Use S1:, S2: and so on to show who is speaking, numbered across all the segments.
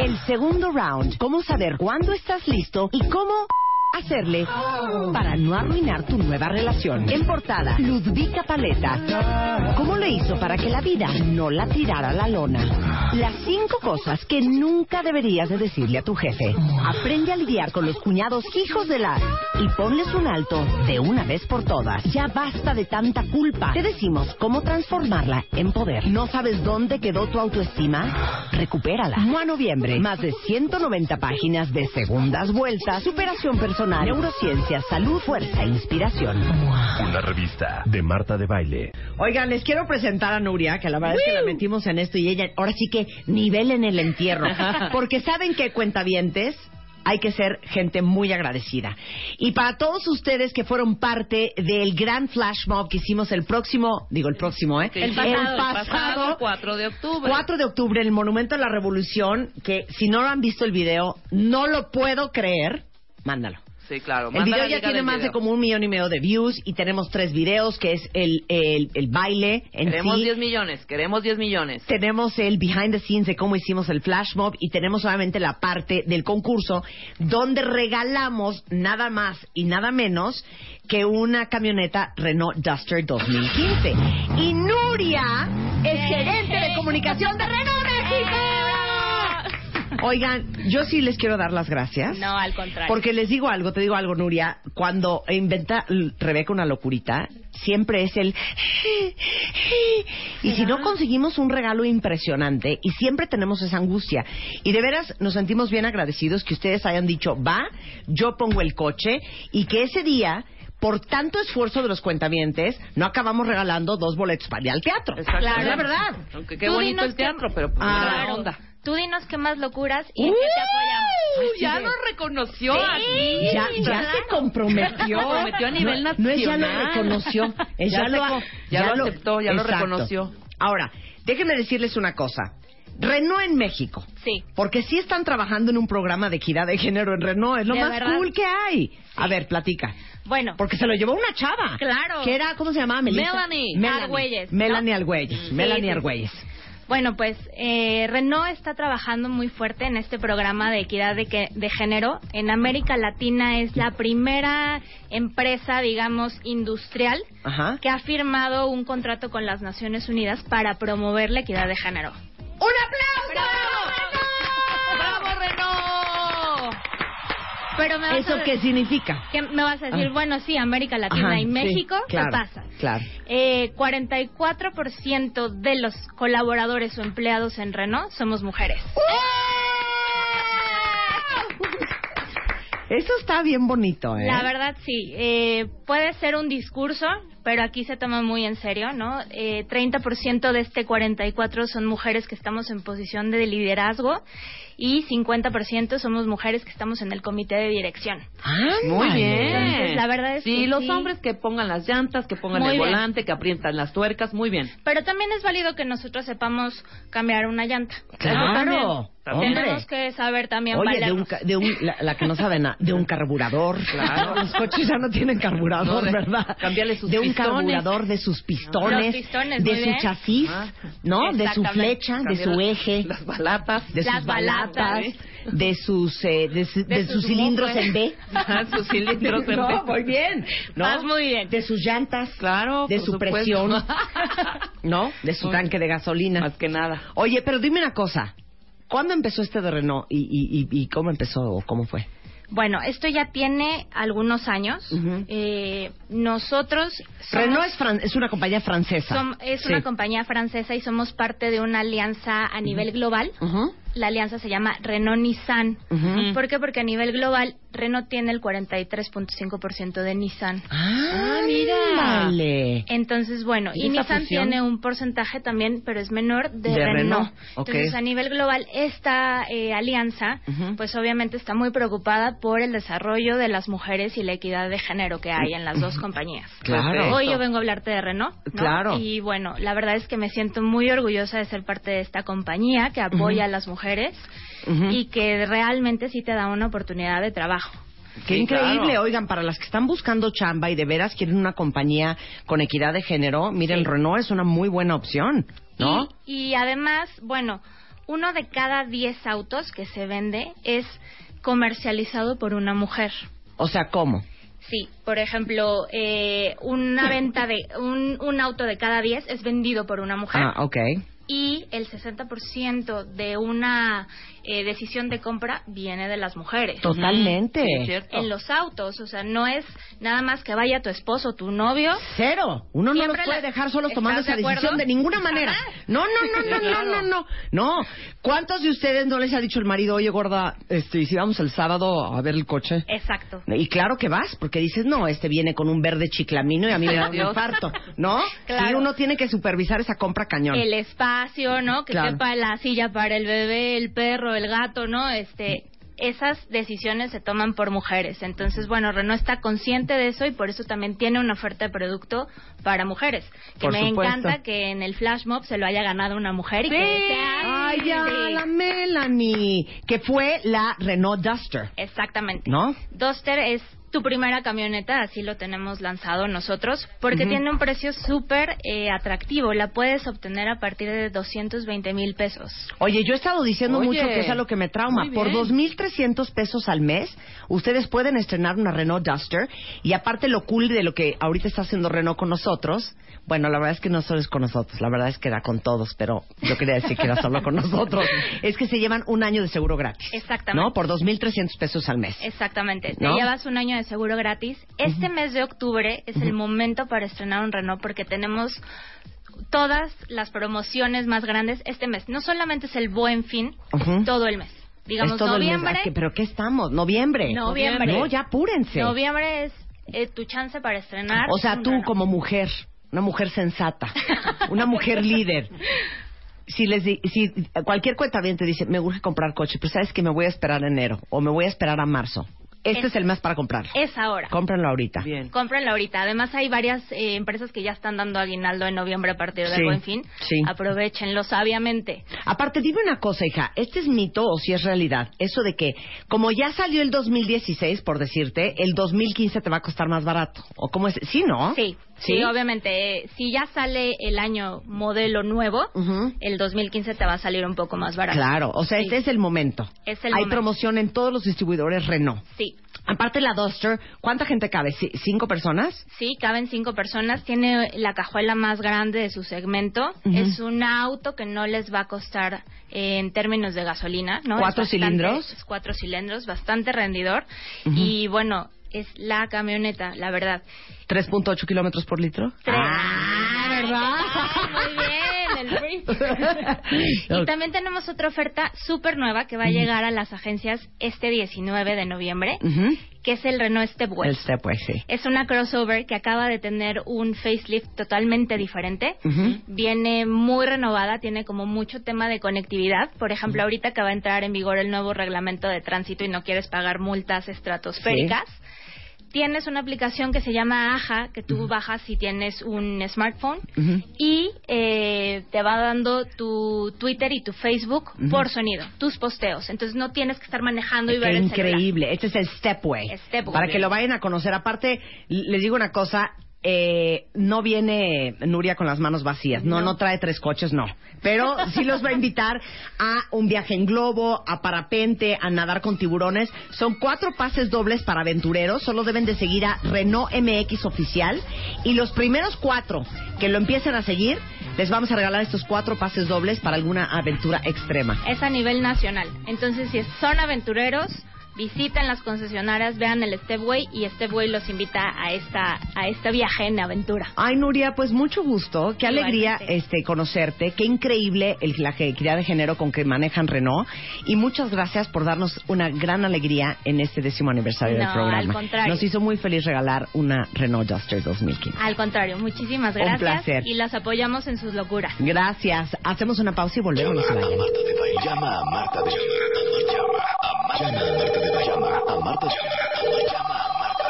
S1: El segundo round. ¿Cómo saber cuándo estás listo y cómo hacerle para no arruinar tu nueva relación? En portada, Ludvika Paleta. ¿Cómo le hizo para que la vida no la tirara a la lona? Las cinco cosas que nunca deberías de decirle a tu jefe. Aprende a lidiar con los cuñados hijos de la y ponles un alto de una vez por todas. Ya basta de tanta culpa. Te decimos cómo transformarla en poder. ¿No sabes dónde quedó tu autoestima? Recupérala. Mua noviembre. Más de 190 páginas de segundas vueltas. Superación personal, neurociencia, salud, fuerza, e inspiración.
S2: Una revista de Marta de Baile.
S3: Oigan, les quiero presentar a Nuria, que la verdad es que la metimos en esto y ella, ahora sí que nivel en el entierro. Porque saben que cuentavientes hay que ser gente muy agradecida. Y para todos ustedes que fueron parte del gran flash mob que hicimos el próximo, digo el próximo, ¿eh?
S4: El pasado, el pasado 4 de octubre.
S3: 4 de octubre, en el Monumento a la Revolución, que si no lo han visto el video, no lo puedo creer, mándalo.
S4: Sí, claro.
S3: El video ya tiene más de como un millón y medio de views y tenemos tres videos, que es el, el, el baile en
S4: Queremos
S3: sí.
S4: 10 millones, queremos 10 millones.
S3: Tenemos el behind the scenes de cómo hicimos el flash mob y tenemos obviamente la parte del concurso donde regalamos nada más y nada menos que una camioneta Renault Duster 2015. Y Nuria es gerente de comunicación de Renault México. Oigan, yo sí les quiero dar las gracias.
S5: No, al contrario.
S3: Porque les digo algo, te digo algo, Nuria. Cuando inventa l- Rebeca una locurita, siempre es el. Y si no conseguimos un regalo impresionante, y siempre tenemos esa angustia. Y de veras nos sentimos bien agradecidos que ustedes hayan dicho, va, yo pongo el coche, y que ese día. Por tanto esfuerzo de los cuentamientos, no acabamos regalando dos boletos para ir al teatro.
S4: Exactamente.
S3: Es la verdad.
S4: Aunque qué
S5: Tú
S4: bonito
S5: dinos
S4: el
S5: qué-
S4: teatro, pero pues,
S3: Ah.
S4: mira la
S5: Claro.
S4: onda.
S5: Tú dinos qué más locuras y en qué te apoyamos.
S4: Uy, ya nos reconoció
S5: Sí.
S4: aquí.
S3: Ya, ya
S5: claro.
S3: se comprometió.
S4: Se comprometió a nivel
S3: no, no es ya lo
S4: nacional.
S3: reconoció. es
S4: Ya lo-
S3: a-
S4: ya lo aceptó, ya lo reconoció.
S3: Ahora, déjenme decirles una cosa. Renault en México.
S5: Sí.
S3: Porque sí están trabajando en un programa de equidad de género en Renault. Es lo
S5: De
S3: más
S5: verdad.
S3: cool que hay. A ver, platica.
S5: Bueno,
S3: Porque se lo llevó una chava.
S5: Claro.
S3: Que era, ¿cómo se llamaba? Melissa?
S5: Melanie Argüelles, ¿no?
S3: Melanie Argüelles.
S5: Sí,
S3: Melanie
S5: sí.
S3: Argüelles.
S5: bueno, pues eh, Renault está trabajando muy fuerte en este programa de equidad de, que- de género. En América Latina es la primera empresa, digamos, industrial
S3: Ajá.
S5: que ha firmado un contrato con las Naciones Unidas para promover la equidad de género.
S3: ¡Un aplauso!
S4: ¡Bravo, Renault!
S5: Pero me vas
S3: ¿Eso
S5: a...
S3: qué significa?
S5: que me vas a decir,
S3: Ah.
S5: bueno, sí, América Latina
S3: Ajá,
S5: y
S3: sí,
S5: México,
S3: claro,
S5: ¿qué pasa?
S3: claro.
S5: Eh, 44% de los colaboradores o empleados en Renault somos mujeres.
S3: Eso está bien bonito, ¿eh?
S5: La verdad, sí. Eh, puede ser un discurso, pero aquí se toma muy en serio, ¿no? Eh, 30% de este 44 son mujeres que estamos en posición de liderazgo y 50% somos mujeres que estamos en el comité de dirección.
S4: Muy
S3: Ándale.
S4: bien.
S5: Entonces, la verdad es
S4: sí,
S5: que
S4: los
S5: sí.
S4: hombres que pongan las llantas, que pongan
S5: Muy
S4: el
S5: bien.
S4: volante, que aprietan las tuercas, muy bien.
S5: Pero también es válido que nosotros sepamos cambiar una llanta.
S3: Claro,
S5: Eso también.
S3: hombre.
S5: Tenemos que saber también
S3: Oye, de
S5: bailarnos.
S3: un, ca- de un- la, la que no sabe nada, de un carburador.
S4: Claro.
S3: Los coches ya no tienen carburador,
S4: No, de-
S3: ¿verdad?
S4: cámbiale sus
S3: De un
S4: pistones.
S3: carburador, de sus pistones,
S5: Los pistones,
S3: de
S5: muy
S3: su
S5: bien.
S3: chasis,
S4: Ah.
S3: ¿no? De su
S5: Exactamente.
S3: flecha, Ah, de su
S4: Cambiar
S3: eje,
S4: Las balatas.
S3: de sus
S5: las balatas, ¿eh?
S3: balatas, de sus eh, de, su- de sus cilindros en B.
S4: Ajá, ah, sus cilindros en
S3: No,
S4: B.
S3: muy bien. ¿no?
S5: Vas muy bien.
S3: De sus llantas.
S4: Claro,
S3: De
S4: por
S3: su
S4: supuesto.
S3: presión. ¿No? De su
S4: Muy-
S3: tanque de gasolina.
S4: Más que nada.
S3: Oye, pero dime una cosa. ¿Cuándo empezó este de Renault y, y, y, y cómo empezó o cómo fue?
S5: Bueno, esto ya tiene algunos años.
S3: Ujú.
S5: Eh, nosotros somos-
S3: Renault es, fran- es una compañía francesa.
S5: som- es
S3: Sí.
S5: una compañía francesa y somos parte de una alianza a nivel global
S3: Ujú.
S5: la alianza se llama Renault-Nissan.
S3: Ujú.
S5: ¿Por qué? Porque a nivel global, Renault tiene el 43.5% de Nissan.
S3: Ah, mira. Vale.
S5: Entonces, bueno,
S3: ¿Y
S5: y,
S3: esta
S5: Nissan
S3: fusión?
S5: tiene un porcentaje también, pero es menor, de,
S3: De
S5: Renault.
S3: Renault, ok.
S5: Entonces, a nivel global, esta eh, alianza,
S3: Ujú.
S5: pues obviamente está muy preocupada por el desarrollo de las mujeres y la equidad de género que hay en las dos compañías.
S3: Claro.
S5: Hoy yo vengo a hablarte de Renault. ¿no?
S3: Claro.
S5: Y bueno, la verdad es que me siento muy orgullosa de ser parte de esta compañía que apoya a las mujeres
S3: Ujú.
S5: y que realmente sí te da una oportunidad de trabajo.
S3: Qué
S4: Sí,
S3: increíble,
S4: claro.
S3: oigan, para las que están buscando chamba y de veras quieren una compañía con equidad de género, miren,
S5: Sí.
S3: Renault es una muy buena opción, ¿no?
S5: Y, y además, bueno, uno de cada 10 autos que se vende es comercializado por una mujer.
S3: O sea, ¿cómo?
S5: Sí, por ejemplo, eh, una venta de un, un auto de cada 10 es vendido por una mujer
S3: Ah, ok.
S5: y el 60% de una eh, decisión de compra viene de las mujeres.
S3: Totalmente.
S4: Sí, es cierto.
S5: En los autos, o sea, no es nada más que vaya tu esposo, tu novio,
S3: Cero. Uno no los
S5: Siempre
S3: puede
S5: la-
S3: dejar solos tomando esa
S5: ¿Estás de acuerdo?
S3: decisión de ninguna manera.
S5: Jamás.
S3: No, no, no, no, no, no, no. No. ¿Cuántos de ustedes no les ha dicho el marido, oye, gorda, este, ¿y si vamos el sábado a ver el coche?
S5: exacto.
S3: Y claro que vas, porque dices, no, este viene con un verde chiclamino y a mí me da un
S4: Adiós.
S3: infarto, ¿no?
S5: Claro.
S3: Y uno tiene que supervisar esa compra cañón.
S5: el espacio, ¿no? Que
S3: Claro.
S5: quepa la silla para el bebé, el perro, el gato, ¿no? Este, esas decisiones se toman por mujeres. Entonces, bueno, Renault está consciente de eso y por eso también tiene una oferta de producto para mujeres. Que
S3: Por
S5: me
S3: supuesto.
S5: encanta que en el flash mob se lo haya ganado una mujer y que sea
S3: Ay, ya,
S5: Sí.
S3: la Melanie, que fue la Renault Duster,
S5: Exactamente.
S3: ¿no?
S5: Duster es tu primera camioneta, así lo tenemos lanzado nosotros, porque
S3: Ujú.
S5: tiene un precio súper eh, atractivo. La puedes obtener a partir de 220 mil pesos.
S3: Oye, yo he estado diciendo
S4: Oye,
S3: mucho que eso es lo que me trauma.
S4: muy
S3: Por
S4: bien.
S3: 2.300 pesos al mes, ustedes pueden estrenar una Renault Duster. Y aparte, lo cool de lo que ahorita está haciendo Renault con nosotros. Bueno, la verdad es que no solo es con nosotros, la verdad es que era con todos, pero yo quería decir que era solo con nosotros. Es que se llevan un año de seguro gratis.
S5: Exactamente.
S3: ¿No? Por 2.300 pesos al mes.
S5: Exactamente. Te
S3: ¿No?
S5: llevas un año de seguro gratis. Este mes de octubre es el momento para estrenar un Renault porque tenemos todas las promociones más grandes este mes. No solamente es el Buen Fin,
S3: Ujú.
S5: es todo el mes. Digamos
S3: Es todo el mes.
S5: noviembre.
S3: Ah, ¿qué- ¿Pero qué estamos? ¿Noviembre?
S5: Noviembre.
S3: No, ya apúrense.
S5: Noviembre es eh, tu chance para estrenar.
S3: O sea,
S5: un
S3: tú
S5: Renault.
S3: como mujer, una mujer sensata, una mujer líder. Si les di- si cualquier cuenta bien te dice, me urge comprar coche, pero sabes que me voy a esperar a enero o me voy a esperar a marzo. Este es,
S5: Es-
S3: el mes para comprarlo.
S5: es ahora.
S3: Cómprenlo ahorita.
S4: Bien.
S5: Cómprenlo ahorita. Además, hay varias eh, empresas que ya están dando aguinaldo en noviembre a partir del
S3: Sí,
S5: Buen Fin.
S3: sí.
S5: Aprovechenlo sabiamente.
S3: Aparte, dime una cosa, hija, ¿este es mito o si es realidad? Eso de que, como ya salió el 2016, por decirte, el 2015 te va a costar más barato. ¿O cómo es? Sí, ¿no?
S5: Sí, sí, obviamente. eh, si ya sale el año modelo nuevo,
S3: Ujú.
S5: el 2015 te va a salir un poco más barato.
S3: Claro, o sea,
S5: Sí.
S3: este es el momento.
S5: Es el
S3: Hay
S5: momento.
S3: promoción en todos los distribuidores Renault.
S5: Sí,
S3: Aparte la Duster, ¿cuánta gente cabe? ¿Ci- ¿Cinco personas?
S5: sí, caben cinco personas. Tiene la cajuela más grande de su segmento.
S3: Ujú.
S5: Es un auto que no les va a costar eh, en términos de gasolina. ¿no?
S3: ¿Cuatro
S5: Es bastante-
S3: cilindros?
S5: es cuatro cilindros, bastante rendidor.
S3: Ujú.
S5: Y bueno, es la camioneta, la verdad.
S3: 3.8 kilómetros por litro.
S5: Tres.
S3: Ah,
S5: Ah, Muy bien, el brief. Y también tenemos otra oferta súper nueva que va a llegar a las agencias este 19 de noviembre,
S3: Ujú.
S5: que es el Renault Stepway.
S3: El step, pues sí.
S5: Es una crossover que acaba de tener un facelift totalmente diferente.
S3: Ujú.
S5: Viene muy renovada, tiene como mucho tema de conectividad. Por ejemplo, ahorita que va a entrar en vigor el nuevo reglamento de tránsito y no quieres pagar multas estratosféricas. Tienes una aplicación que se llama AJA, que tú bajas si tienes un smartphone
S3: Ujú.
S5: y eh, te va dando tu Twitter y tu Facebook
S3: Ujú.
S5: por sonido, tus posteos. Entonces no tienes que estar manejando y
S3: Qué
S5: ver el celular.
S3: increíble. Este es el Stepway.
S5: Stepway.
S3: Para que lo vayan a conocer. Aparte, l- les digo una cosa. eh, no viene Nuria con las manos vacías. No, no, trae tres coches, no. Pero sí los va a invitar a un viaje en globo, a parapente, a nadar con tiburones. Son cuatro pases dobles para aventureros. Solo deben de seguir a Renault MX Oficial. Y los primeros cuatro que lo empiecen a seguir, les vamos a regalar estos cuatro pases dobles para alguna aventura extrema.
S5: Es a nivel nacional. Entonces si son aventureros, Visiten las concesionarias, vean el Stepway y Stepway los invita a esta a este viaje en aventura.
S3: Ay, Nuria, pues mucho gusto. Qué alegría
S5: Igualmente.
S3: este conocerte. Qué increíble el, la equidad de género con que manejan Renault. Y muchas gracias por darnos una gran alegría en este décimo aniversario del
S5: No,
S3: programa.
S5: al contrario.
S3: Nos hizo muy feliz regalar una Renault Duster 2015.
S5: Al contrario, muchísimas
S3: Un
S5: gracias
S3: placer.
S5: y las apoyamos en sus locuras.
S3: Gracias. Hacemos una pausa y volvemos. No se vayan.
S6: de Baile. Llama a Marta de Baile. Llama a Marta de Baile. Llama a Marta de Baile. Llama a Marta de Baile.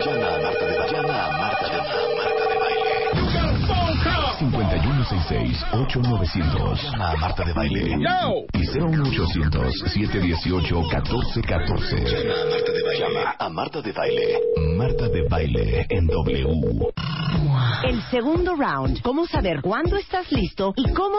S6: Llama a Marta de Baile. Llama a Marta de Baile. Llama a Marta de Baile.
S2: Y 01800 718 1414.
S6: Llama a Marta de Baile. Llama a Marta de Baile. Marta de Baile en W.
S3: El segundo round. Cómo saber cuándo estás listo y cómo